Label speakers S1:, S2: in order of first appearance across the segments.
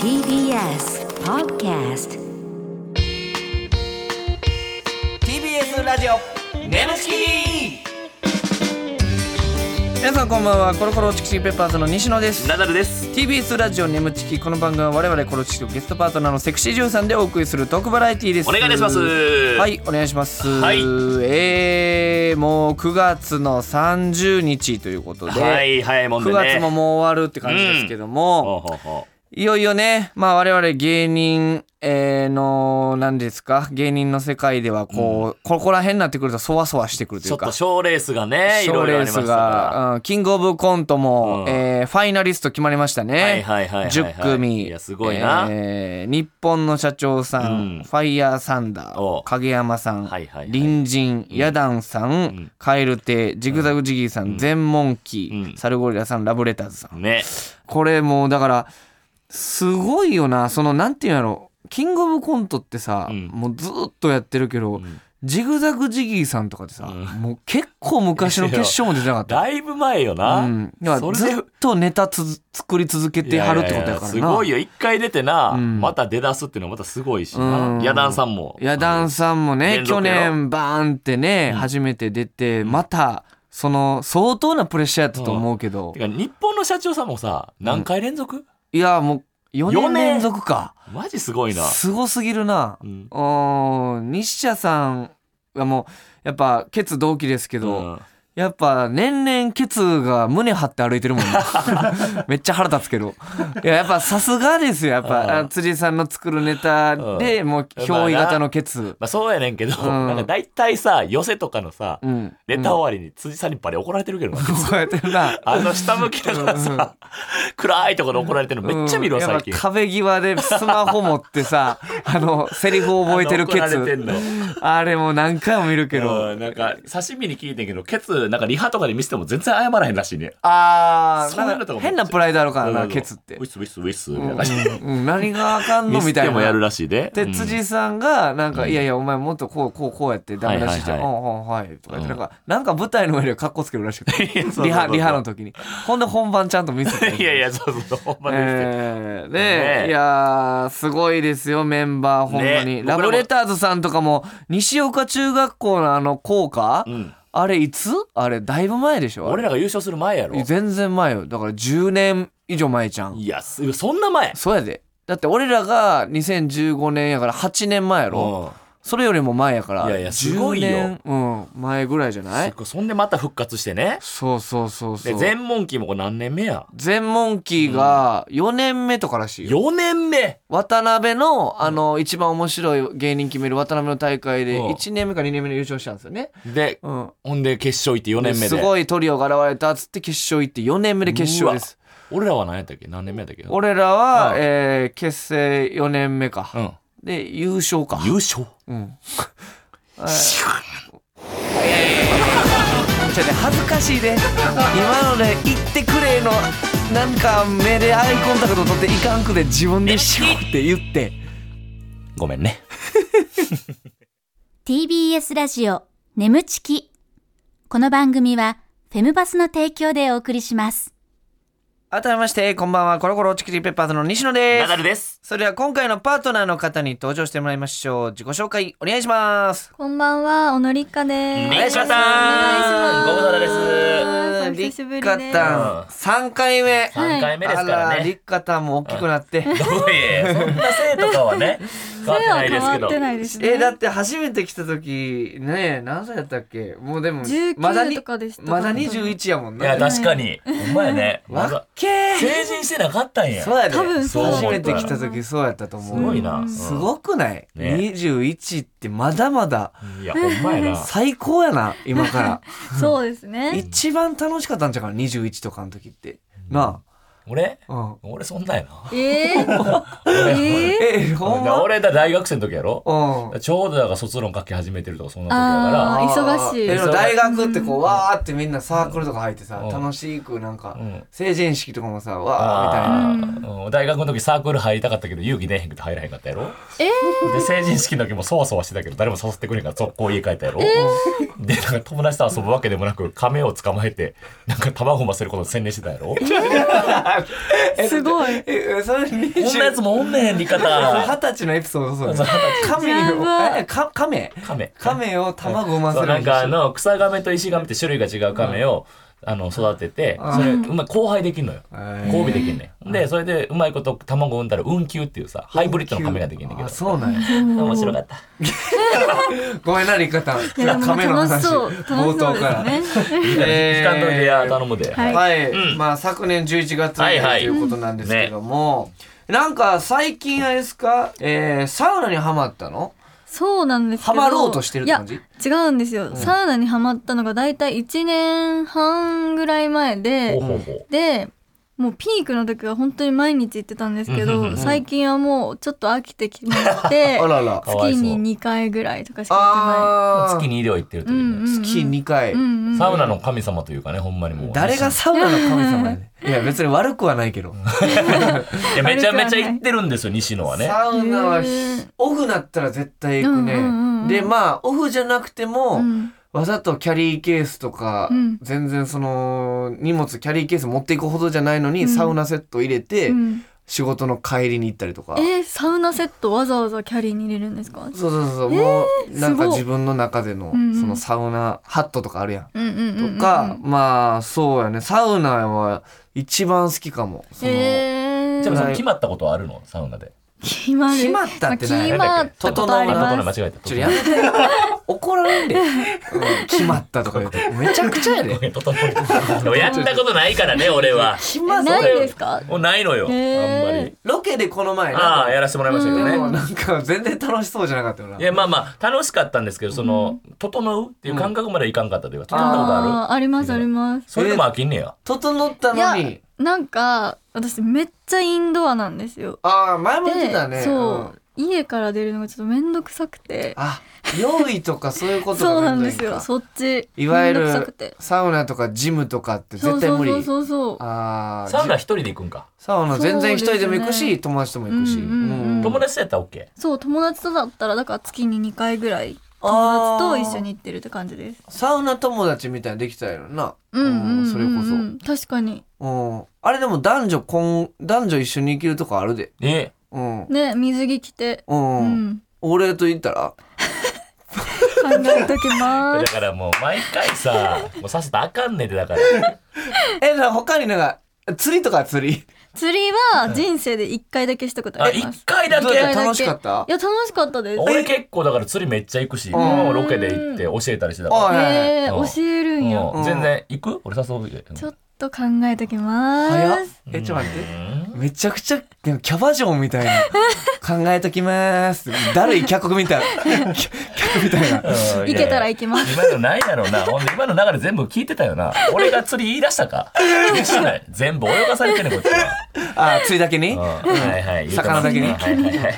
S1: TBS Podcast
S2: TBS ラジオ
S3: ムチ
S2: 皆さんこんばんはコロコロチキチキペッパーズの西野です
S3: ナダルです。
S2: TBS ラジオネムチキこの番組は我々コロチキとゲストパートナーのセクシージュンさんでお送りするトークバラエティーです
S3: お願いいたします
S2: はいお願いします
S3: はい
S2: えー、もう9月の30日ということで、
S3: はい、早いもん
S2: 9
S3: で
S2: 月も
S3: ね。
S2: もう終わるって感じですけど
S3: ほ
S2: も、
S3: うほうほ
S2: いよいよね、まあ我々芸人、えーの、何ですか、芸人の世界ではこう、ここら辺になってくるとそわそわしてくる
S3: う
S2: とい
S3: ちょっ
S2: う
S3: と
S2: か。
S3: 賞レースがね、い
S2: 賞
S3: ろいろあり
S2: レー
S3: まし
S2: ス
S3: たか
S2: が、うんキングオブコントも、
S3: うん
S2: えーファイナリスト決まりましたね。
S3: はいはいはいはいはい
S2: 10組。
S3: いやすごいな
S2: えー日本の社長さん、
S3: うん
S2: ファイヤーサンダ
S3: お
S2: ー、
S3: う
S2: 影山さん、
S3: はいはいはい
S2: 隣人、ヤダンさん、
S3: ん
S2: 蛙亭、ジグザグジギーさん、全モンキー、
S3: うん
S2: サルゴリラさん、ラブレターズさん
S3: ら。。ね。
S2: これもうだからすごいよなそのなんていうんやろキングオブコントってさ、
S3: うん
S2: もうずっとやってるけど、
S3: ん
S2: ジグザグジギーさんとかってさ、
S3: うん
S2: もう結構昔の決勝も出てなかった。
S3: だ いぶ前よな。
S2: うん、だからずっとネタつ作り続けてはるってことやからな。
S3: いいいすごいよ。一回出てな、
S2: ん
S3: また出だすっていうのはまたすごいし
S2: う。
S3: なんヤダンさんも。
S2: ヤダンさんもね
S3: 連
S2: 去
S3: 続やろ
S2: 年バーンってね、初めて出てまたその相当なプレッシャーやったと思うけど、
S3: てか、日本の社長さんもさ、何回連続
S2: いやもう
S3: 四
S2: 4
S3: 年
S2: 年連続か
S3: マジすごいな。
S2: すごすぎるな。
S3: うん
S2: おー西社さんはもうやっぱケツ同期ですけど、
S3: うん
S2: やっぱ年々ケツが胸張って歩いて るもんなめっちゃ腹立つけどいややっぱさすがですよやっぱ
S3: うん
S2: あ辻さんの作るネタで
S3: う
S2: もう憑依型のケツ、
S3: まあそうやねんけど、
S2: ん
S3: なんか大体さ、寄せとかのさ、
S2: うん
S3: ネタ終わりに辻さんにバリ怒られてるけどな。
S2: そうやってるな
S3: あの下向きながらさ、暗いところで怒られてるの めっちゃ見るわ、
S2: うんや
S3: 最
S2: っぱ
S3: 近。
S2: 壁際でスマホ持ってさ あのセリフを覚えてるケ
S3: あの怒られてん
S2: ツ
S3: の。
S2: あれもう何回も見るけど、
S3: うんなんか、刺身に聞いてんけど、ケツ、なんかリハとかで見せても全然謝らへんらしいね。
S2: あー
S3: そうな
S2: なん
S3: ると
S2: か
S3: 思う
S2: 変なプライドあるから
S3: う
S2: なんケツって
S3: ウィスウィスウィスみたいな感じで。
S2: うんうん何があかんの
S3: 見せ
S2: みた
S3: て
S2: い
S3: もやる
S2: な。
S3: らしいで。
S2: で
S3: うん
S2: 辻さんがなんか「
S3: うん
S2: いやいやお前もっとこうこうこうやってダメらしいじゃん」
S3: はいは
S2: うんうんはい」とか言って
S3: う
S2: な
S3: ん
S2: んかなんか舞台の上ではかっこつけるらしく て
S3: いやそうそうそう
S2: リハリハの時にほんで本番ちゃんと見せて
S3: いやいや、そうそうそう、ほんまに見せて。
S2: えー
S3: ね
S2: ねえ
S3: え
S2: いやーすごいですよメンバーほんま
S3: ね
S2: に
S3: 僕ら
S2: ラ
S3: も
S2: ブレターズさんとかも西岡中学校のあの校歌
S3: うん
S2: あれいつあれだいぶ前でしょあ
S3: 俺
S2: れ
S3: らが優勝する前やろ。
S2: 全然前よだから10年以上前じゃん
S3: いや、すそんな前。
S2: そうやで。だって俺らが2015年やから8年前やろ。
S3: うん
S2: それよりも前やから。
S3: いやいやすごいよ
S2: 10年。うん。前ぐらいじゃない
S3: そんでまた復活してね。
S2: そうそうそうそ
S3: で、
S2: う。
S3: 全問期もこれ何年目や
S2: 全問キーが4年目とからしいよ。
S3: ?4 年目
S2: 渡辺の、あの、一番面白い芸人決める渡辺の大会で
S3: うん
S2: 1年目か2年目の優勝したんですよね。
S3: で、
S2: うん。
S3: ほんで決勝行って4年目で。
S2: すごいトリオが現れたっつって決勝行って4年目で決勝です。
S3: 俺らは何やったっけ何年目やったっけ
S2: 俺らは、
S3: うん
S2: えー結成4年目か。
S3: うん。
S2: で、優勝か。
S3: 優勝
S2: うん。ちょっと恥ずかしいで今ので「言ってくれ」のなんか目でアイコンタクト取っていかんくで自分で「シュッ」って言って
S3: ごめんね。
S4: TBS ラジオ眠ちき。この番組はフェムバスの提供でお送りします。
S2: 改めましてこんばんはコロコロチキリペッパーズの西野で
S3: ナ
S2: す
S3: ダルです。
S2: それでは今回のパートナーの方に登場してもらいましょう自己紹介お願いします
S5: こんばんは、小野りっかで
S3: お
S5: す。
S3: 願いします
S5: お願いします
S3: ご無沙汰です
S5: お久しぶり
S2: りっか
S5: です。
S2: たん3回目
S3: 三回目ですか
S2: あ
S3: ら
S2: り
S3: ね。
S2: っかたんも大きくなって
S3: どうえ、そんなせいとかはね、変わってないですけど。
S5: ないです
S2: えだって初めて来た時ねえ何歳だったっけもうでもまだ
S5: 19
S2: に
S5: とかでした。
S2: まだ21やもん
S3: いや、
S2: な
S3: 確かに。ほんまやね。ま
S2: わっ
S3: だ
S2: けー
S3: 成人してなかったんや。
S2: そうやで
S5: 多分そう
S2: 初めて来た時そうやったと思
S3: す
S2: う
S3: ごいな。
S2: すごくない、
S3: ね
S2: ?21 ってまだまだ
S3: うんいや、ほんまやな。
S2: 最高やな今か
S5: そうです
S2: ら
S5: ね。
S2: 一番楽しかったんちゃうかな21とかの時ってな
S3: 俺
S2: あ、うん、
S3: 俺そんなんやな。
S5: えー、えー、
S2: えほんま
S3: 俺だ、大学生の時やろ
S2: うん
S3: ちょうどだから卒論書き始めてるとか、そんな時やから。
S5: あー忙しい
S2: えでも
S3: 忙しい
S2: 大学ってこうわーってみんなサークルとか入ってさ
S3: うん
S2: 楽しくなんか
S3: うん
S2: 成人式とかもさ
S3: あ
S2: わーみたいな
S3: あ
S5: みたい
S3: うん大学の時サークル入りたかったけど勇気出へんくて入らへんかったやろ、で成人式の時もそわそわしてたけど誰も誘ってくれへんから続行家帰ったやろ、でなんか友達と遊ぶわけでもなく亀を捕まえてなんか卵産ませることに専念してたやろ、
S5: すごい。
S2: ええそれ20
S3: こんなやつもおんねん味
S2: 二
S3: 方
S2: 十歳のエピソードそうです
S3: そう
S2: 亀
S5: やば
S2: をえか亀
S3: 亀
S2: 亀を卵産ませ
S3: そう
S2: る
S3: なんかあ
S2: の
S3: の草亀と石亀って種類が違う亀を、あの育てて
S2: あー
S3: それうまい交配できんのよ
S2: へー
S3: 交尾できんねんでそれでうまいこと卵産んだら運休っていうさハイブリッドの亀ができんねんけ
S2: あ
S3: ど
S2: そうなんや
S3: 面白かった
S2: ごめんなり方
S5: いやでも
S2: 亀の
S5: 楽し
S2: 話
S5: そう。楽
S2: 冒
S5: し
S2: 頭
S5: そ
S2: か
S5: うで
S2: ら
S5: すね。
S2: え
S3: 時
S2: ー
S3: 間取りでや頼むで、
S5: はい
S2: はい、まあ昨年11月と
S3: はいはい
S2: いうことなんですけども、なんか最近あれですか、えー、サウナにはまったの
S5: そうなんですけど。
S2: ハマろうとしてるって感じ
S5: いや違うんですよ。サウナにハマったのがだいたい1年半ぐらい前で、
S3: ほうほうほう
S5: でもうピークの時は本当に毎日行ってたんですけど、
S3: うんうんうん
S5: 最近はもうちょっと飽きてきまして
S2: あらら
S3: かわい
S5: 月
S3: そう
S5: に2回ぐらいとかしか行
S2: あー
S3: 月に医療行ってると
S5: ってない。
S3: いうね、
S2: 月2回、
S5: うんうんうん
S3: サウナの神様というかねほんまにもう
S2: 誰がサウナの神様やねんいや別に悪くはないけど、
S3: いやめちゃめちゃ行ってるんですよ西野はね
S2: サウナは
S5: へー
S2: オフだったら絶対行くね、
S5: うんうんうん
S2: でまあオフじゃなくても、
S5: うん
S2: わざとキャリーケースとか、
S5: うん
S2: 全然その荷物キャリーケース持っていくほどじゃないのに、
S5: うん
S2: サウナセット入れて、
S5: うん
S2: 仕事の帰りに行ったりとか。
S5: えーサウナセットわざわざキャリーに入れるんですか
S2: そうそうそう、もうなん
S5: す
S2: か
S5: ごい
S2: 自分の中での、
S5: うんうん
S2: そのサウナハットとかあるやん。
S5: うんうんうんうん
S2: とか、まあそうやねサウナは一番好きかも。その
S5: えー
S3: でもその決まったことはあるのサウナで
S5: 決まる
S2: 決まったってない
S5: まあ決まったことあり
S3: あ
S5: ま
S3: と
S5: す
S3: ね間違えた
S2: ちょっとやめて 怒られんで、うん決まったとか言うとめちゃくちゃや で。
S3: 整えでもやったことないから ね俺は
S2: 決
S5: え
S2: まった
S5: ないですか
S3: もうないのよあん
S5: へー
S3: まり
S2: ロケでこの前
S3: ああや
S2: ら
S3: らせてもらいましたけどね、。
S2: なんか全然楽しそうじゃなかったよない
S3: やまあまあ楽しかったんですけどその「整う」っていう感覚まではいかんかったというか整ったことある
S5: あーありますあります
S3: それでも飽きんねや
S2: 整った
S5: い
S2: の
S5: や
S2: に、
S5: なんか私めっちゃインドアなんですよ
S2: ああ前も言って
S5: で
S2: たね。
S5: そ
S2: ん
S5: う、家から出るのがちょっと面倒くさくて
S2: あ、用意とかそういうこと
S5: そう
S2: がめ
S5: な
S2: ん
S5: ん
S2: どい
S5: で
S2: ん
S5: す
S2: か
S5: よそっち
S2: いわゆ
S5: めんどくさく
S2: る
S5: て
S2: サウナとかジムとかって
S5: そ
S2: 絶
S5: う
S2: 対
S5: そう
S2: 無理。
S5: そうそうそう
S2: ああ、
S3: サウナ
S2: じ
S3: 一人で行くんか
S2: サウナ全然一人でも行く
S5: そう
S2: し、
S5: ですね
S2: 友達とも行くし。
S5: うんうんうん
S2: うん
S3: 友達とやったら OK
S5: そう友達とだったらだから月に2回ぐらい
S2: あー
S5: 友達と一緒に行ってるって感じです
S2: サウナ友達みたいなのできたやろな。
S5: うんうんうん、うん、
S2: それこそ。うん
S5: 確かに
S2: あれでも男女婚男女一緒に行けるとこあるで。
S3: え
S2: うん。
S5: ね水着着て
S2: うん。
S5: うん
S2: 俺と行ったら
S5: 考えときま
S3: だ
S5: す
S3: からもう毎回さもうさせたらあかんねんてだから
S2: え、だから他になんか、釣りとか釣り。
S5: 釣りは人生で1回だけしたこと
S3: あ
S5: ありま
S3: 一
S5: す
S3: 回だ
S2: どうや
S3: け
S2: 楽しかった
S5: いや楽しかったです
S3: 俺結構だから釣りめっちゃ行くし、
S2: ん
S3: もうロケで行って教えたりしてたか
S2: あ
S5: え
S3: うん
S5: ー、教えるん
S3: ら、
S5: や
S3: うん
S2: うん
S3: 全然行く俺誘うで
S5: ちょっと考えときま
S2: 早っ
S5: す。
S2: え、ちょっと待って。
S3: うん
S2: めちゃくちゃ、でもキャバ嬢みたいな。 考えときます。だるい客みたいな。客みたいな。
S3: うん
S5: 行けたら行きます
S3: 今のないやろうな。ほんで今の流れ全部聞いてたよな。俺が釣り言い出したか。してない全部泳がされてるこっちは。
S2: あ、釣りだけに
S3: うんはいはい。言うてます
S2: 魚だけに
S3: はいはいはい。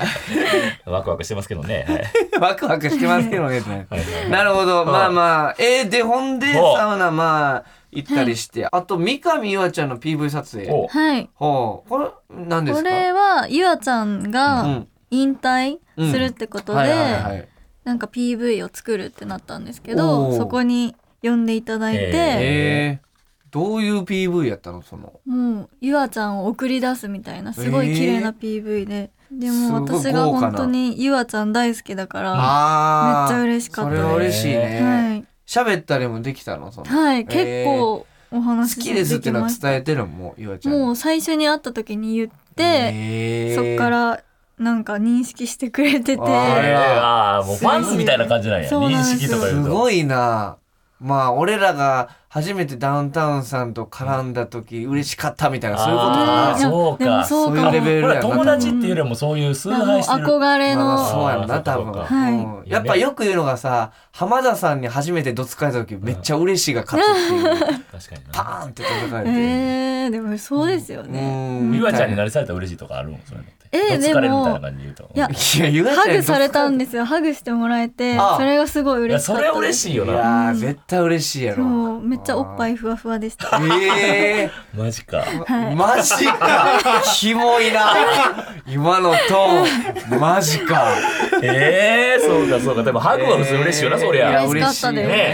S3: ワクワクしてますけどね。はい
S2: ワクワクしてますけどね。
S3: はいはい
S2: なるほど。まあまあ。えーで、ほんで、
S3: ほう
S2: サウナ、まあ、行ったりして。あと、三上優愛ちゃんの PV 撮 影。
S3: お
S5: はい。
S2: ほう。これ、何で
S5: こ
S2: すか
S5: れはゆあちゃん
S2: う
S5: が
S2: ん
S5: 引退するってこと
S2: はい
S5: で
S2: はいはい。
S5: なんか PV を作るってなったんですけ
S2: おー
S5: どそこに呼んでいただい
S3: へ
S5: て
S2: えーどういう PV やったのその。
S5: もうゆあちゃんを送り出すみたいなすごい綺麗な PV で。でも
S2: すごい
S5: 私が
S2: 豪華な
S5: 本当にゆあちゃん大好きだから、
S2: あー
S5: めっちゃ嬉しかった
S2: それは嬉しい
S5: は
S2: ね。
S5: い、
S2: 喋ったりもできたのその。
S5: はい、結構お話
S2: 好
S5: し
S2: きですっていうのは
S5: きました
S2: 伝えてるのもうゆあちゃんに
S5: もう最初に会った時に言って、
S2: えー
S5: そっからなんか認識してくれてて
S2: あれ
S3: えーあーもうファンみたいな感じなんや。
S5: そ
S3: 認
S5: うなんです
S3: 識
S5: よ
S3: とか
S2: す
S3: 言うと。
S2: ごいなまあ俺らが初めてダウンタウンさんと絡んだ時嬉しかったみたいなそういうことか
S3: あ
S2: な
S3: ーそう
S5: でも
S3: か。
S5: そうか
S2: そういうレベル
S3: ほ
S2: やな
S3: ら友達っていうよりもそういう崇
S5: なんかもう
S3: 拝してる。
S5: 憧れの、
S2: まあまあそうやろ
S3: あ
S2: な
S3: ー
S2: 多
S3: そうかそ
S2: 分、
S3: う
S5: かはい
S2: うんやっぱよく言うのがさ浜田さんに初めてどつかれた時めっちゃ嬉しいが勝つっていう
S3: 確かに
S2: パ
S3: な。
S2: ーンって叩かれて、
S5: えー、でもそうですよね、
S2: う
S3: ゆわちゃんに
S2: い
S3: なりされたら嬉しいとかあるもんそれって。
S5: えー
S3: どつかれるみたいな感じで言うと。
S5: いや
S2: やゆわちゃん
S5: ハグされたん
S2: で
S5: ですよハグしてもらえて
S2: ああ
S5: それがすごい
S3: いや
S5: 嬉し
S3: そ
S5: かった
S3: れは
S5: で
S3: 嬉
S5: す
S3: しい
S2: い
S3: よな。
S2: やー絶対嬉しいやろ
S5: そうめっちゃおっぱいふわふわでした
S2: ええ
S3: マジか。
S5: はい
S2: マジ かキモいな今のトーンマジか
S3: ええそうかそうか。でもハグは普通嬉しいよな、
S2: えー
S3: そり
S2: い
S3: ゃ
S2: や。
S5: 嬉しかったです
S2: 嬉し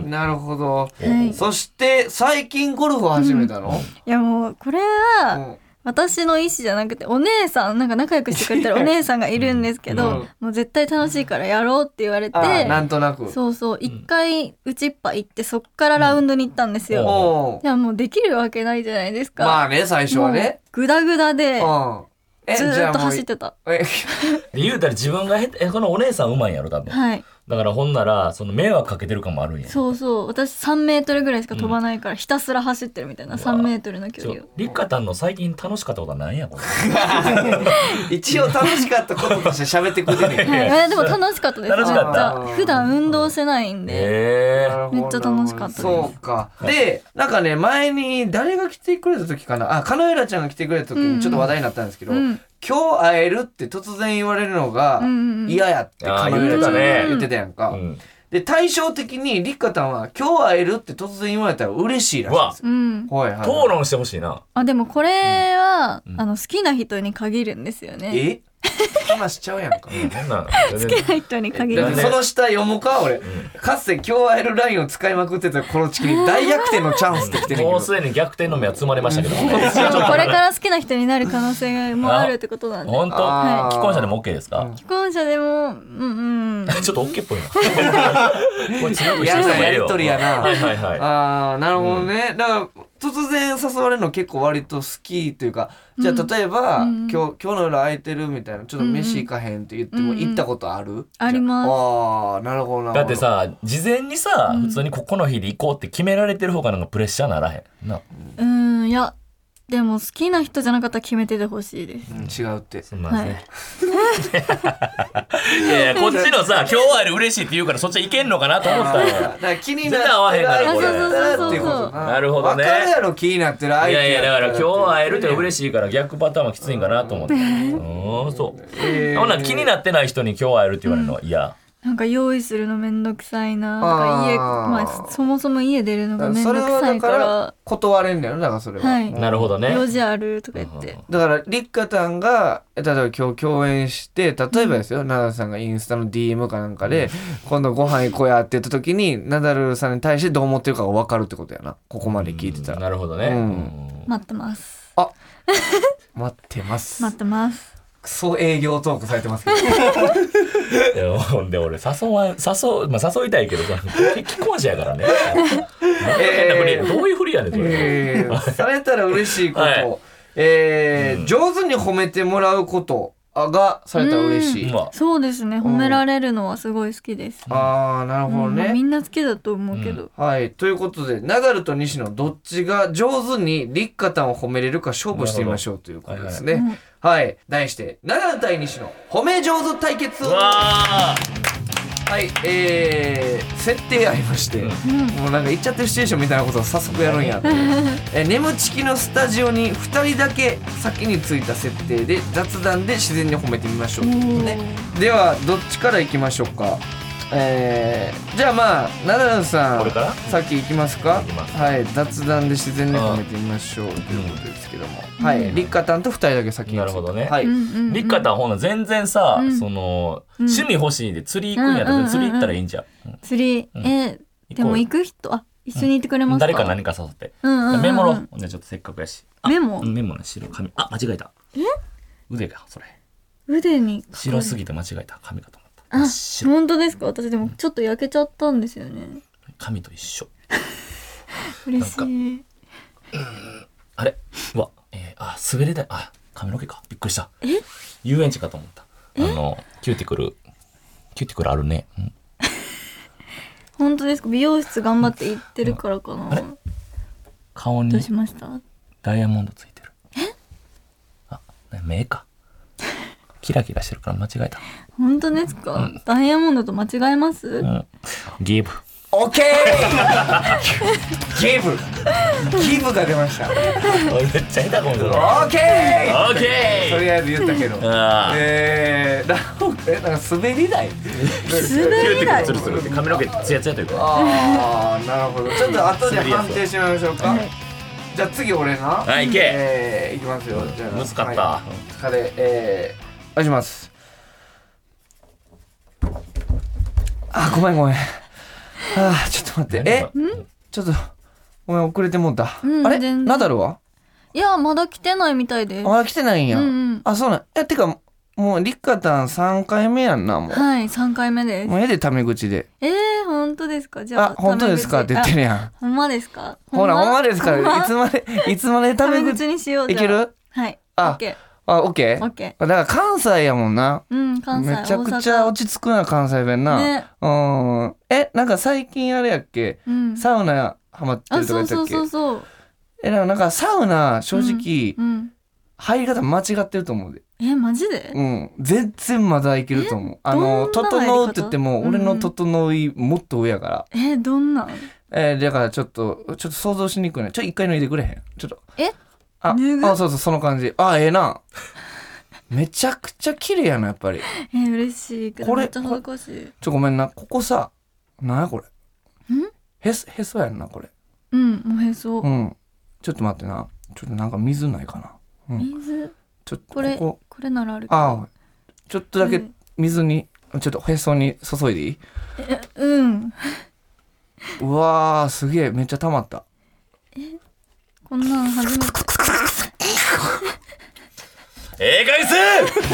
S2: いねなるほど、
S5: はい
S2: そして最近ゴルフを始めたの、
S5: いやもうこれ
S2: う
S5: は
S2: ん
S5: 私の意思じゃなくてお姉さんなんか仲良くしてくれてるお姉さんがいるんですけど、
S2: うん
S5: もう絶対楽しいからやろうって言われて
S2: あーなんとなく
S5: そうそう一回打ちっぱ行ってそっからラウンドに行ったんですよ、
S2: おう
S5: いやもうできるわけないじゃないですか、
S2: まあね最初はね、
S5: もうグダグダで
S2: うんえ
S5: ず
S2: じゃ
S5: ー
S2: あ
S5: っと
S2: もう
S5: 走ってた
S2: え
S3: で言うたら自分がへえこのお姉さんうまいんやろ、多分。
S5: はい
S3: だからほんなら、その迷惑かけてる感もあるんや。
S5: そうそう私3メートルぐらいしか飛ばないからひたすら走ってるみたいな3メートルの距
S3: ち
S5: 離を
S3: ょ。リカタンの最近楽しかったことは何や、これ。
S2: 一応楽しかったこととして喋ってくれてね
S5: はい、いやでも楽しかったです
S3: 楽し
S2: かった
S5: めちゃ普段運動してないんで、
S3: ええ
S2: なるほど
S5: めっちゃ楽しかったです
S2: そうか。で、なんかね、前に誰が来てくれた時かな。あ、カノエラちゃんが来てくれた時
S5: うんう
S2: に
S5: ん
S2: ちょっと話題になったんですけど、
S5: うん
S2: 今日会えるって突然言われるのが
S5: うんうんうん
S2: 嫌やってカノエラちゃんが言ってたやんか。
S3: うん。
S2: で、対照的にリッカタンは今日会えるって突然言われたら嬉しいらしいんですよ。
S5: うん、
S2: はいはい。
S3: 討論してほしいな。
S5: あでもこれは、
S3: うん
S5: あの好きな人に限るんですよね
S2: え話しちゃうやんか。
S3: うん、そん なん。
S5: 好きな人に限
S2: だっ
S5: る
S2: てその下読もうか俺、かつて今日会えるラインを使いまくってたこのチキに大逆転のチャンスって来てるけ
S3: も
S2: ど
S3: うすでに逆転の目はつまれましたけど ね。
S5: でもこれから好きな人になる可能性もあるってことなんで
S3: 本当
S2: あー
S3: 既婚者でも OK ですか、
S5: 既婚者でもうんうん
S3: ちょっと OK っぽい な。これ強
S2: 嫌なやりとりやな
S3: はいはいはい。
S2: ああなるほどね、だから突然誘われるの結構割と好きというかじゃあ例えば、
S5: うん
S2: 今日今日の夜空いてるみたいなちょっと飯行かへんって言っても、
S5: うんうん
S2: 行ったことある
S5: あります
S2: ああなるほどなるほど
S3: だってさ事前にさ、
S5: うん
S3: 普通にここの日で行こうって決められてる方がなんかプレッシャーならへんな
S5: うんいやでも好きな人じゃなかったら決めててほしいです
S2: うん違うって
S3: そんなんね、い、やいやこっちのさ 今日はあれ嬉しいって言うからそっちはいけんのかなと思った
S2: あ
S3: の
S2: ー
S3: よ
S2: だから気になっ
S3: 絶
S2: て
S3: 対合わへんからこれ
S2: るっていうこと
S3: なるほどね
S2: わかるやろ気になってる相
S3: い
S2: 手
S3: やいやだから今日は会えるって
S2: しい
S3: 嬉しいから逆パターンはきついんかなと思ってうんそう、
S2: えー
S3: ほんなら気になってない人に今日は会えるって言われるのは嫌、
S5: なんか用意するのめんどくさいなと
S2: あ
S5: か
S2: ー
S5: 家、まあ、そもそも家出るのがめん
S2: そ
S5: どく
S2: れは
S5: さ
S2: だ
S5: いか
S2: から
S5: ら
S2: 断れんだよだからそれは、
S5: はい
S3: なるほどね
S5: 用事あるとか言って
S2: だからリッカタンが例えば今日共演して例えばですよ、ナダルさんがインスタの DM かなんかで今度ご飯行こうやって言った時にナダルさんに対してどう思ってるかが分かるってことやなここまで聞いてた
S3: うん
S2: ら
S3: なるほどね、
S2: うん
S3: うん
S5: 待ってます
S2: 待ってます、
S5: 待ってます
S2: クソ営業トークされてますけど
S3: いやほんで俺誘わん誘う、まあ、誘いたいけどさ既婚者や からねなんか変なふりどういうふりやねんそれ、
S2: えーされたら嬉しいこと、
S3: はい
S2: えー
S3: うん
S2: 上手に褒めてもらうことがされたら嬉しい、
S3: うんまあ
S5: そうですね
S2: ん
S5: 褒められるのはすごい好きです、
S2: ああなるほど
S5: うん
S2: ね、
S5: まあみんな好きだと思うけど、
S2: はい。ということで、ナダルと西野どっちが上手に立花タンを褒めれるか勝負してみましょうということですね。はい、題して、ナダル対西野、褒め上手対決
S3: うわ
S2: は
S3: あ
S2: い、えー、設定ありまして、もうなんか言っちゃってるシチュエーションみたいなことを早速やるん やって。えー、眠ちきのスタジオに2人だけ先についた設定で雑談で自然に褒めてみましょうということね。では、どっちからいきましょうか。えー、じゃあまあ、ナダルさん。
S3: これから
S2: さっき行きますか
S3: 行きます
S2: はい雑談で自然に褒めてみましょうということですけども、はい立花たんと2人だけ先に
S3: なるほどね
S2: はい、
S5: うんうんうん
S3: リッカタンほんなら全然さ、
S5: うん
S3: その、
S5: ん
S3: 趣味欲しいで釣り行くんやった
S5: うんうんうんう
S3: ら
S5: ん
S3: 釣り行ったらいいんじゃん、
S5: 釣り、えでも行く人あ一緒に行ってくれますか、
S3: 誰か何か誘って、
S5: うんうんうんうん
S3: メモろうじゃあちょっとせっかくやしあ
S5: メモ
S3: うんメモの白紙あ間違えたえ腕がそれ
S5: 腕にかかる
S3: 白すぎて間違えた髪かと思った
S5: あ
S3: 白
S5: 本当ですか私でもちょっと焼けちゃったんですよね
S3: 髪と一緒
S5: 嬉しい
S3: あれうわ、えー、あ滑り台あ髪の毛かびっくりした遊園地かと思ったあのキューティクルキューティクルあるね、うん
S5: 本当ですか美容室頑張って行ってるからか
S3: あれ
S5: な
S3: 顔に
S5: どうしました
S3: ダイヤモンドついてる。あ、目か。キラキラしてるから間違えた。
S5: 本当ですか、ダイヤモンドと間違えます、
S3: うん。ギブ。
S2: オッ ケーギ ブギブが出ましたオ
S3: めっちゃ下手かもしれない。
S2: ッケー
S3: オッケー
S2: とりあえず言ったけど
S6: あー
S2: えー、ラオウえなんか滑り台
S6: キューティクル
S2: つ
S6: ツ
S2: る
S6: ル
S2: つ
S6: ツ
S2: る
S6: ルって髪の毛ツヤツヤというか
S2: ああなるほどちょっと後で判定しましょうか、じゃあ次俺な
S6: はいい行け
S2: えー、いきますよじゃあ
S6: むずかった
S2: はいカレーえー、お願いしますあごめんごめんあーちょっと待ってえちょっとごめん遅れてもうた、
S5: うん
S2: あれ
S5: 全然
S2: ナダルはい
S5: やまだ来てないみたいで
S2: まだ来てないんや、
S5: うんうん
S2: あそうなんえてかもうリカタン3回目やんなもう、
S5: はい三回目です
S2: もうええでタメ口で
S5: えー、本当ですかじゃあ
S2: あ本当ですかって言ってる
S5: ね
S2: やん
S5: ほんまですか
S2: ほらほんまですからいつまでいつまでタ
S5: タ
S2: メ
S5: メ
S2: 口
S5: 口にしよう
S2: いける
S5: はい
S2: あ
S5: オッケー
S2: あ、オッケー
S5: オッケ
S2: だから関西やもんな。
S5: ーうん関西
S2: めちゃくちゃ
S5: 大阪
S2: 落ち着くな、関西弁な。
S5: ね
S2: うん。え、なんか最近あれやっけ、
S5: うん
S2: サウナハマって
S5: あ
S2: るとか
S5: そ
S2: 言
S5: う
S2: った
S5: そ
S2: っ
S5: う
S2: け
S5: そうそう
S2: え、でもなんかサウナ、正直、
S5: うん
S2: 入り方間違ってると思うで。
S5: えマジで
S2: うん。全然まだいけると思う。あの、
S5: どんな入り方
S2: 整うって言っても、
S5: うんうん
S2: 俺の整いもっと上やから。
S5: えー、どんなん
S2: えーだからちょっと、ちょっと想像しにくいね。ちょ、一回脱いでくれへん。ちょっと。
S5: え
S2: あ、あ
S5: 脱ぐ
S2: そうそう、その感じ。あ、ええな。めちゃくちゃ綺麗やな、やっぱり。
S5: えー、嬉しいけど
S2: これ
S5: めっちゃ恥ずかしい
S2: ちょ、ごめんな。ここさ、なんやこれ。へそ、へそやんな、これ。
S5: うんおへそ、
S2: うん。ちょっと待ってな。ちょっとなんか水ないかな。うん。
S5: 水
S2: ちょっと
S5: こ
S2: こ
S5: れ
S2: こ
S5: こ、れならある
S2: ああ、ちょっとだ
S5: う
S2: け
S5: ん
S2: 水に、ちょっとへそに注いでいい
S5: うん
S2: うわー、すげえ、めっちゃ溜まった。
S5: こんなん初めて
S6: ええ返 せ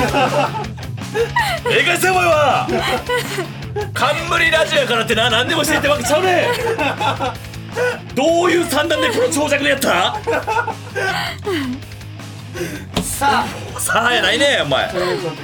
S6: ええ返せお前は冠ラジオやからってな何でもしてってわけちゃうねんどういう三段でこの長尺でやった
S2: さ
S6: さあやないねんお前
S2: あ、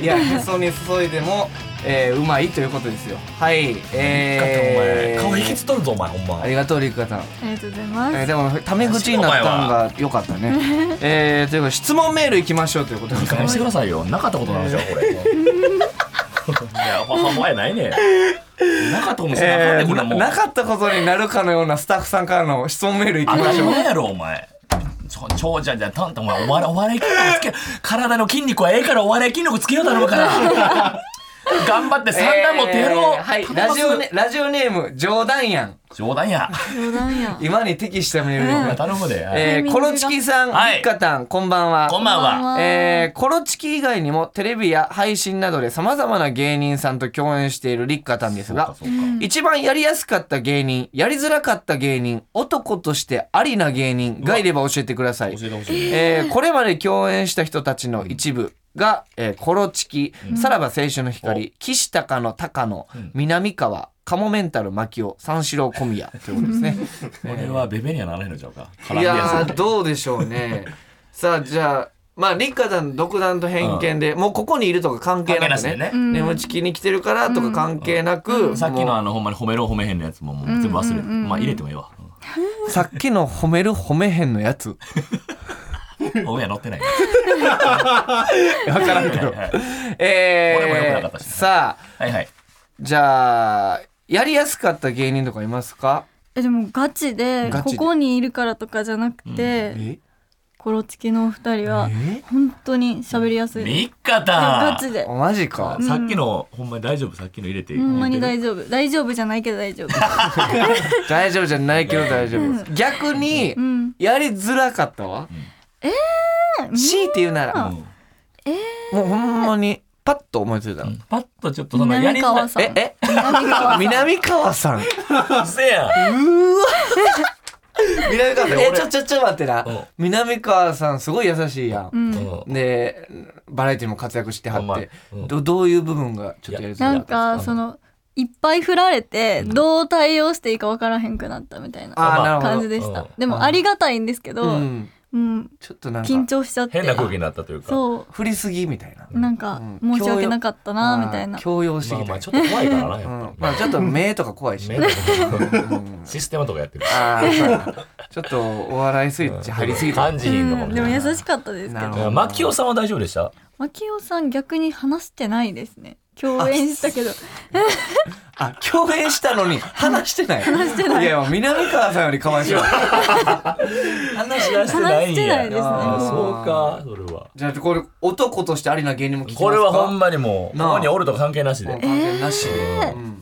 S2: いや、へそに注いでも、えー、うまいということですよ。はい、えー、
S3: 顔引きつっとるぞお前ほんま
S2: ありがとう、リカさん。
S5: ありがとうございま
S2: えー
S5: す
S2: でもタメ口になったのが良かった ね。えー、というか質問メールいきましょうということで
S3: いい加減にしてくださいよなかったことなんでしょ これいやほんまやないねんなかったことせなあかん
S2: え
S3: ねんこんな
S2: ー
S3: もん
S2: ななかったことになるかのようなスタッフさんからの質問メールいき
S3: 当
S2: ま
S3: た
S2: し
S3: り
S2: ょう。
S3: 前やろお前ちょ長者じゃんたんたんお前お笑いお笑い筋肉つけ体の筋肉はええからお笑い筋肉つけようだろうから頑張って三段持ってやろう、
S2: えーは
S3: 頼
S2: い、
S3: み
S2: ラ
S3: ます
S2: ジオネラジオネーム冗談やん。
S3: 冗談や
S5: 冗談や
S2: 今に適したメールで、
S3: お前頼むで、
S2: えー、コロチキさん、
S6: はい
S2: リッカタン、こんばんは。
S6: こんばんは
S2: えーコロチキ以外にもテレビや配信などで様々な芸人さんと共演しているリッカタンですが、
S3: そうか
S2: 一番やりやすかった芸人、やりづらかった芸人、男としてありな芸人がいれば教えてください。
S3: 教えてほしい
S2: えーこれまで共演した人たちの一部が、えーコロチキ、さらば青春の光、岸高野高野、南川、カモメンタル牧雄、三四郎小宮ということ ですね。
S3: これはベベにはならへんのちゃうか
S2: いや
S3: つ
S2: ーどうでしょう ね。さあじゃあまあ立花さん独断と偏見で、もうここにいるとか関係なくね
S6: 関係なしでね
S2: 眠ちきに来てるからとか関係なく、もう
S3: さっきのあのほんまに褒めろ褒めへんのやつももう全部忘れて、まあ入れてもいいわ
S2: さっきの褒める褒めへんのや つ
S3: お前乗ってない
S2: 分からんけ
S3: 俺
S2: ど。
S3: も良くな
S2: え
S3: かっ
S2: ー、
S3: たしね
S2: さあ
S3: はいはい
S2: じゃあやりやすかった芸人とかいますか
S5: えでもガチで
S2: ガチで
S5: ここにいるからとかじゃなくて、コロチキのお二人は本当に喋りやすいです
S3: 三日
S5: ガ
S3: だ
S5: チで
S2: マジ か。
S3: さっきのほんまに大丈夫さっきの入れていい
S5: ほんまに大丈夫大丈夫じゃないけど大丈夫
S2: 大丈夫じゃないけど大丈夫。逆に、
S5: ん
S2: やりづらかったわ。ええ強いて言うなら。もうほんまに、パッと思いついたの。
S3: パッとちょっとそのやりづらい
S5: さん
S2: え、え南川さん。
S3: せや
S2: 南川さん。え、ちょ、ちょ、ちょ、待ってな
S3: うん。
S2: 南川さん、すごい優しいやん。
S3: うん
S2: で、バラエティも活躍しては
S3: ほんま
S2: って、
S3: うん
S2: どどういう部分がちょっとやりづ
S5: な
S2: ら
S5: ん
S2: かった
S5: かそのいっぱい振られてどう対応していいかわからへんくなったみたいな
S2: あーなるほど
S5: 感じでし
S3: う
S5: た
S3: ん
S5: でもありがたいんですけど、
S2: う
S5: うん
S2: ん、ちょっとなん
S5: 緊
S2: か
S5: 張しちゃって
S3: 変な空気になったというか
S5: そ
S2: 振りすぎみたいな
S5: うなんか
S2: うん
S5: 申し訳なかったなみたいな
S2: あー強要して
S3: まあ
S2: き
S3: ま
S2: た
S3: あちょっと怖いからな
S2: う
S3: やっ
S2: ん
S3: ぱ
S2: まあちょっと目とか怖いし
S3: り、ね システムとかやってるし
S2: あーそうやちょっとお笑いスイッチ入りすぎた
S3: 感じひんのか
S5: う
S3: もし
S5: んで
S3: れ
S5: も
S3: ない
S5: 優しかったですけ
S2: なる
S5: ど
S2: ほど
S3: マキオさんは大丈夫でした
S5: マキオさん逆に話してないですね共演したけど
S2: あ、共演したのに話してない。話してない。いや、南川さんよりかわいそう。話しない。
S5: 話してないですね
S2: あー
S5: もう
S3: そうか、それは。
S2: じゃあ、これ、男としてありな芸人も聞きますか
S3: これはほんまにもう、
S2: なあ
S3: ここにおるとか関係なし
S2: もう
S3: で。
S2: 関係なしで。うん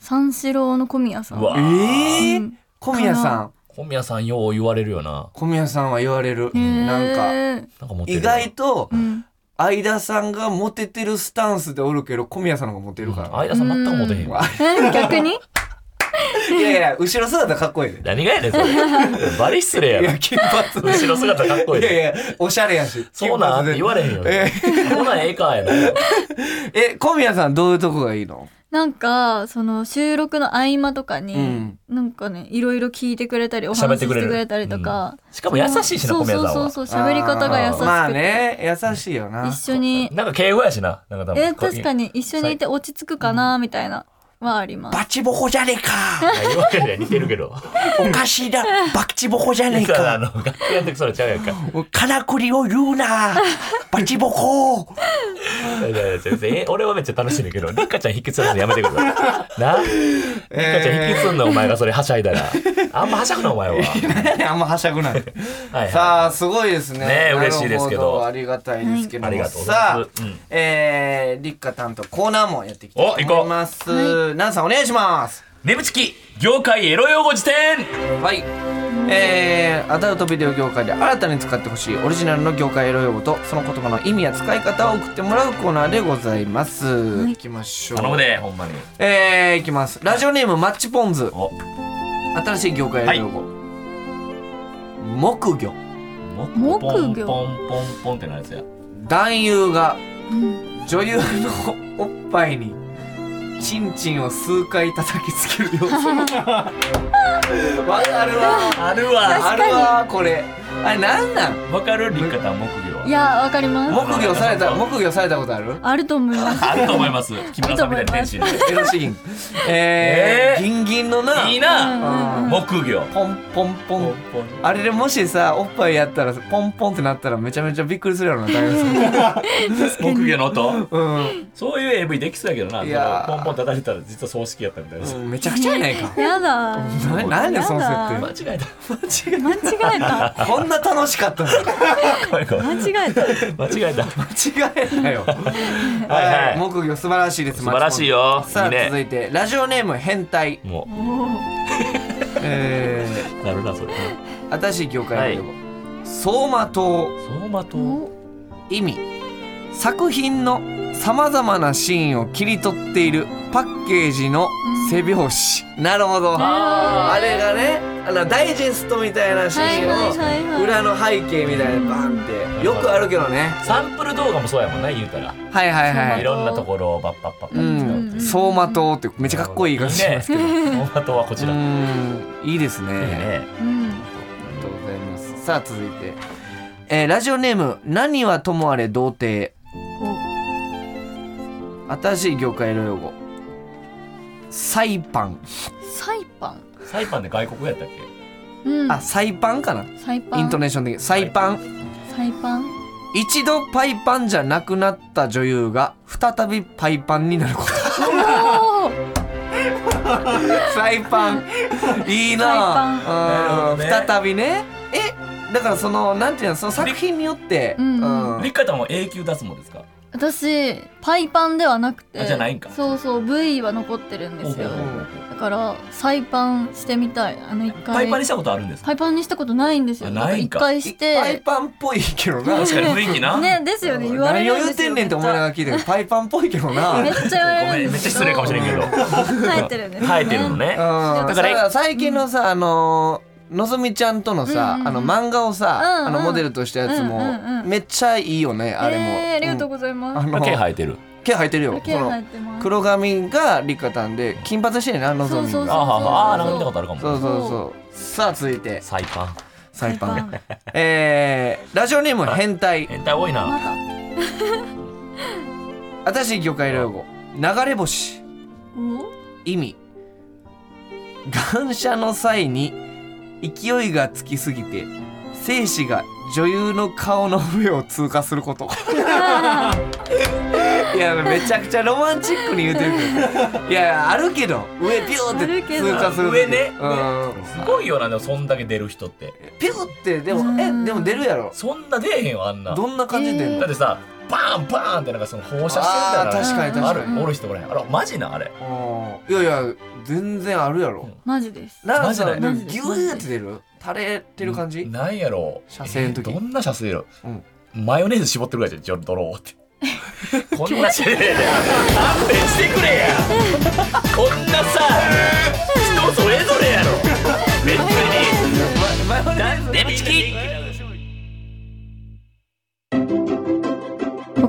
S5: 三四郎の小宮さん
S3: うわ
S2: ええー
S5: うん
S2: 小宮さ
S5: か
S2: ん。
S3: 小宮さんよう言われるよな。
S2: 小宮さんは言われる。なんか、
S5: へー
S3: なんか持ってるよ
S2: 意外と
S5: う、ん
S2: 相田さんがモテてるスタンスでおるけど、小宮さんの方がモテるから。
S3: 相田さん全く持てへんわ。
S5: え逆に
S2: いやいや、後ろ姿かっこいいで。
S3: 何がやねん、そ れ。バリ失礼や
S2: い
S3: ろ
S2: や、。金髪。
S3: 後ろ姿かっこいい
S2: い。やいや、おしゃれやし。
S3: そうなんって言われへんよ。
S2: え
S3: ほな、ええかやな。
S2: え、小宮さんどういうとこがいいの
S5: なんかその収録の合間とかに、
S2: うん
S5: なんかねいろいろ聞いてくれたりお
S3: 喋っ
S5: 話してて
S3: く
S5: く
S3: れる
S5: れたりとか、
S3: しかも優しいしな、小
S5: そう
S3: 宮さん
S5: そう
S3: は。
S5: そうそう喋り方が優しくて、
S2: まあね、優しいよな。
S5: 一緒に
S3: なんか敬語やしな。なんか多分
S5: え確か。に一緒にいて落ち着くかなみたいなはあります
S2: バチボコじゃねえか
S3: いや言われりゃ似てるけど。
S2: おかしいなバチボコじゃねえ
S3: だからあ
S2: か
S3: の、楽器やってくそれちゃうやんか。
S2: 金栗を言うなバチボコ
S3: いやいや全然え俺はめっちゃ楽しいんだけ ど、リカちゃん引きつらすのやめてくれ。なリカ ちゃん引きつんの、お前がそれはしゃいだ ら。あんまはしゃぐな、お前は。
S2: あんまはしゃぐない。
S3: はいは
S2: さあ、すごいですね。
S3: ねえ嬉しいですけど
S2: なるほありがたいですけども。
S3: はいありがとうございま
S2: さあ
S3: すうん、
S2: えー、立花担当コーナーもやっていきたいと思います。ナンさんお願いします。
S3: い。ネムチキ、業界エロ用語辞典
S2: はい。えー、アダルトビデオ業界で新たに使ってほしいオリジナルの業界エロ用語とその言葉の意味や使い方を送ってもらうコーナーでございます、い、きましょう
S3: 頼むで、ほんまに。
S2: えー、いきますラジオネームマッチポンズ
S3: お、
S2: 新しい業界エロ用語、木魚
S3: もくポン
S5: 木
S3: ポ
S5: 魚。
S3: ンポンポンってなやつや。
S2: 男優が女優のおっぱいにチンチンを数回叩きつける様子わかるわ
S3: あるわ。
S2: あるわこれあれなんなん
S3: わかるリカちゃん、木魚はい
S5: やわかります
S2: 木魚された木魚されたことある
S5: あると思い ます
S3: あると思い ます。木村さんみたいな天使に。
S2: エロシーン
S3: え
S2: えー
S3: ー
S2: ギンギンのない
S3: い
S5: うん
S3: な、
S5: うんうん
S3: 木魚。
S2: ポンポンポンあれでもしさおっぱいやったらポンポンってなったらめちゃめちゃびっくりするやろな大丈
S3: 木魚の音。
S2: 夫うん
S3: そういう AV できそうやけどな。
S2: いやー
S3: そのポンポン叩いたら実は葬式やったみたいな。
S2: うんめちゃくちゃやないか
S5: やだ
S2: ななんでその
S3: 間
S2: 設
S3: 違えた。
S2: 定
S5: 間違え た
S2: こんな楽しかったのに
S3: ごめんごめん
S5: 間違えた
S3: 間違えた。
S2: 間違えなよ
S3: はいはい
S2: 木魚素晴らしいです
S3: 素晴らしいよ。
S2: さ
S3: い
S2: あ
S3: い
S2: 続
S3: ね。
S2: いてラジオネーム変態
S3: も
S2: えー
S3: う、なるな、それ。
S2: 新しい業界の用語走馬灯
S3: 相馬と。
S2: 意味作品のさまざまなシーンを切り取っているパッケージの背表紙、なるほどあれがねあのダイジェストみたいな写
S5: はい
S2: 真
S5: はいはいは
S2: を
S5: い
S2: 裏の背景みたいなバンってよくあるけどね
S3: サンプル動画もそうやもんね、言うたら。
S2: はいはいはいい
S3: ろんなところをバッパッパッパ
S2: う
S3: ッ使
S2: ん
S3: うっていう。
S2: 走馬灯ってめっちゃかっこいい感じし
S3: ね。
S2: ますけど
S3: 相馬とはこち
S2: う
S3: ら。いい
S2: んいいですね
S3: ね。
S5: う
S2: あ
S5: ん
S2: りがとうございますさあ続いて、えーラジオネーム「何はともあれ童貞」新しい業界の用語サイパン
S5: サイパン
S3: サイパンで外国やったっけ
S5: うん
S2: あサイパンかな
S5: サイパン
S2: イントネーション的にサイパン
S5: サイ パン
S2: 一度パイパンじゃなくなった女優が再びパイパンになること
S5: おー
S2: サイパンいいなあ
S3: サイパンなるほど
S2: うん
S3: ね
S2: 再びねえだからそのなんていうのその作品によって
S5: うんうん
S2: うん
S3: リカちゃんも永久脱毛ですか
S5: 私パイパンではなくて
S3: あじゃないんか
S5: そうそう部位は残ってるんですよ
S3: ほうほうほう
S5: だからサイパンしてみたいあの一回
S3: パイパンにしたことあるんですか
S5: パイパンにしたことないんですよ
S3: あ
S5: だから
S3: ないん
S5: 一
S3: か
S5: 回して
S2: パイパンっぽいけどな
S3: 確かに雰囲気な。
S5: ねですよね言われ
S2: 何を
S5: る
S2: 言
S5: んで
S2: う
S5: す
S2: て
S5: よ
S2: んねんって思いながら聞いてるパイパンっぽいけどな
S5: めっちゃ言
S3: ご
S5: わ
S3: め
S5: れる
S3: ん、め
S5: んで
S3: っ
S5: す
S3: ちゃ失
S5: けど
S3: 礼かもしれんけど。
S5: 生えてるんですよね
S3: 生えてるのね。
S2: うんだ
S3: だか
S2: からら最近のさあののぞみちゃんとのさ、
S5: うんうん
S2: あの漫画をさ、
S5: うんうん
S2: あのモデルとしたやつも、
S5: うんうんうん
S2: めっちゃいいよねあれも、
S5: えーありがとう
S2: う
S5: ござい
S2: んあ
S5: ます
S2: の
S3: 毛生えてる。
S2: 毛生えてるよ
S5: 毛生え
S2: こ
S5: てま
S2: の
S5: す
S2: 黒髪がリカタンで金髪してるなのぞみが
S5: そうそう
S3: あー
S5: そう
S3: はーはーあー、なんか見たことあるか
S2: そう
S3: も。
S2: そうそうさあ続いて
S3: サイパン。
S2: サイパ
S5: サイ
S2: ンえー、ラジオネーム変態
S3: 変態多いな。
S2: 新しい魚介用語流れ星意味感謝の際に勢いがつきすぎて精子が女優の顔の上を通過する こといやめちゃくちゃロマンチックに言うてるけ どいやあるけど上ピュ
S5: あ
S2: ーっ
S5: る
S2: て
S5: けど
S2: 通過する
S3: 上ね
S2: うん
S3: す
S7: す
S3: ご
S7: ご
S3: い
S7: い
S3: よなでもそんだけ出る人って
S2: ピューってでもえでも出るやろ
S3: そんな出えへんよあんな
S2: どんな感じで出
S3: だ
S2: ん
S3: っ
S2: の
S3: てさバーンバーンってなんかその放射してる
S2: あー
S3: み
S2: 確
S3: た
S2: か
S3: い
S2: に
S3: なあ
S2: 確か
S3: るおる人おらへんあらマジなあれ
S2: にうんいやいや全然あるやろ
S5: マジです
S2: なんか
S3: マ
S2: さ
S3: ジ
S2: で
S5: で
S2: もギューって出る垂れてる感じ
S3: なんやろう
S2: 射精の時
S3: えーどんな射精やろ
S2: うん
S3: マヨネーズ絞ってるぐらいじゃんドロー ってこんなし勘弁してくれやこんなさ人それぞれやろ別になんでみき
S5: こ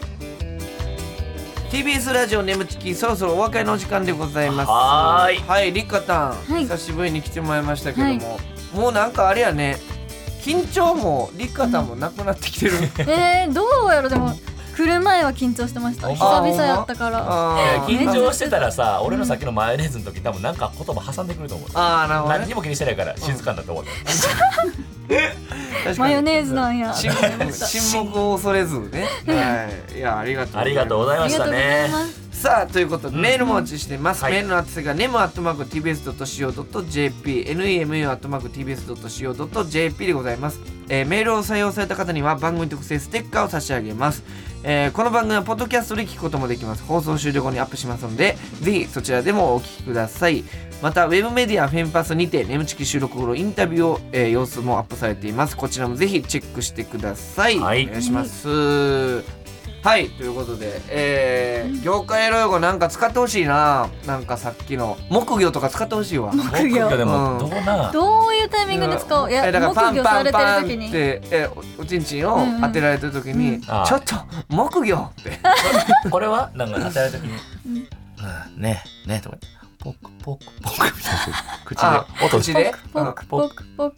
S2: うん TBS ラジオ眠ちきそろそろお別れのお時間でございます
S3: はーい
S2: はいりっかたん、
S5: い
S2: 久しぶりに来てもらいましたけども、もうなんかあれやね緊張もりっかたんもなくなって きてる、
S5: えー、どうやろでも来る前は緊張してました
S3: あ
S5: 久々やったから
S2: あー
S3: 緊張してたらさ俺のさっきのマヨネーズの時多分なんか言葉挟んでくると思う
S2: あーなるほど
S7: 何
S2: ね
S7: にも気にしてないから静かになって思って
S2: 確か
S5: マ
S2: に
S5: ヨネーズなんや
S2: 沈黙沈黙を恐れず ね、はい、いやありがとう
S3: ありがとうござい
S5: あ
S3: ま
S5: り
S3: し
S5: が
S3: た
S5: とうござ
S3: ね
S5: います
S2: さあということでメールもお待ちしてます、
S3: はい
S2: メールの宛先が nemo.tbs.co.jp nemu.tbs.co.jp でございます、えーメールを採用された方には番組特製ステッカーを差し上げます、えーこの番組はポッドキャストで聞くこともできます放送終了後にアップしますのでぜひそちらでもお聞きくださいまたウェブメディアフェンパスにて眠ちき収録後のインタビューを、えー様子もアップされていますこちらもぜひチェックしてください、
S3: はい
S2: お願いしますはいということで、えー業界用語なんか使ってほしいななんかさっきの木魚とか使ってほしいわ
S3: 僕がで
S2: うん
S3: もどうな
S5: どういうタイミングで使おういや
S2: えだからパ
S5: 木
S2: ン
S5: 魚
S2: パ
S5: さ
S2: ン
S5: れて
S2: パンっ
S5: る時に
S2: てえおおちんちんを当てられてる時に、ち
S3: ああ
S2: ょっと木魚 って
S3: これはなんか当たる時に「うんねえねえ」とか言ってポクポクポクみたいな口で
S2: あ
S3: 音
S2: 口で
S5: ポクポクポク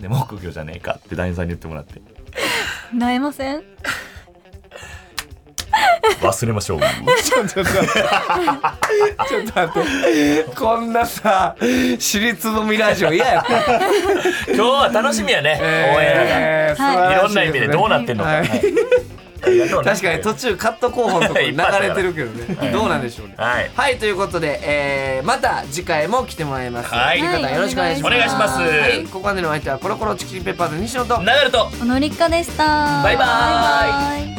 S3: で木魚じゃねえかって団員さんに言ってもらって
S5: なえません
S3: 忘れましょう
S2: ちょっと待ってこんなさ私立のみラジオ嫌 やった
S3: 今日は楽しみやね、応援
S2: えー素晴
S3: が
S2: ら
S3: い
S2: し
S3: ろんな意味でどうなってんのか、
S2: はい
S3: はいありがとうね
S2: 確かに途中カット候補のとこ
S3: い
S2: 流
S3: っぱいあったから
S2: れてるけどね、
S3: はい
S2: どうなんでしょうね
S3: はい
S2: はいということで、えー、また次回も来てもらいます
S3: はい
S2: 方よろしくお願いします
S3: お願いします
S2: はいここまでのお相手はコロコロチキチキペッパーズ西野と
S3: ナダルと
S5: おのりっかでした
S3: バイバーイ
S5: イ